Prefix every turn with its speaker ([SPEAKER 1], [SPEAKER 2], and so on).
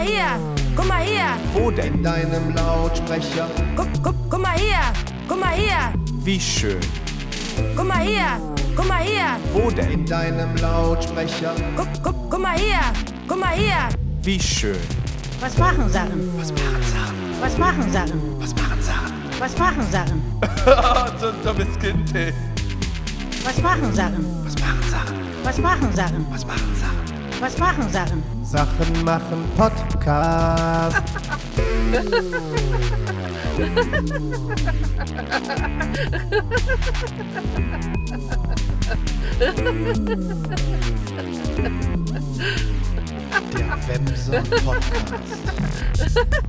[SPEAKER 1] hier, guck mal hier,
[SPEAKER 2] Wo denn?
[SPEAKER 3] deinem Lautsprecher.
[SPEAKER 1] guck, guck, guck mal hier, guck mal hier,
[SPEAKER 2] Wie schön.
[SPEAKER 1] guck mal hier, guck mal hier,
[SPEAKER 2] Wo denn?
[SPEAKER 3] In deinem Lautsprecher.
[SPEAKER 1] guck, guck, guck mal hier, guck mal hier.
[SPEAKER 2] Wie schön.
[SPEAKER 4] Was machen Sachen? Was machen Sachen? Was machen Sachen? Was machen Sachen? Was machen Sachen? Was machen Sachen? Was machen Sachen? Was machen Sachen? Was machen Sachen?
[SPEAKER 3] Sachen machen Podcast. Der Wemser Podcast.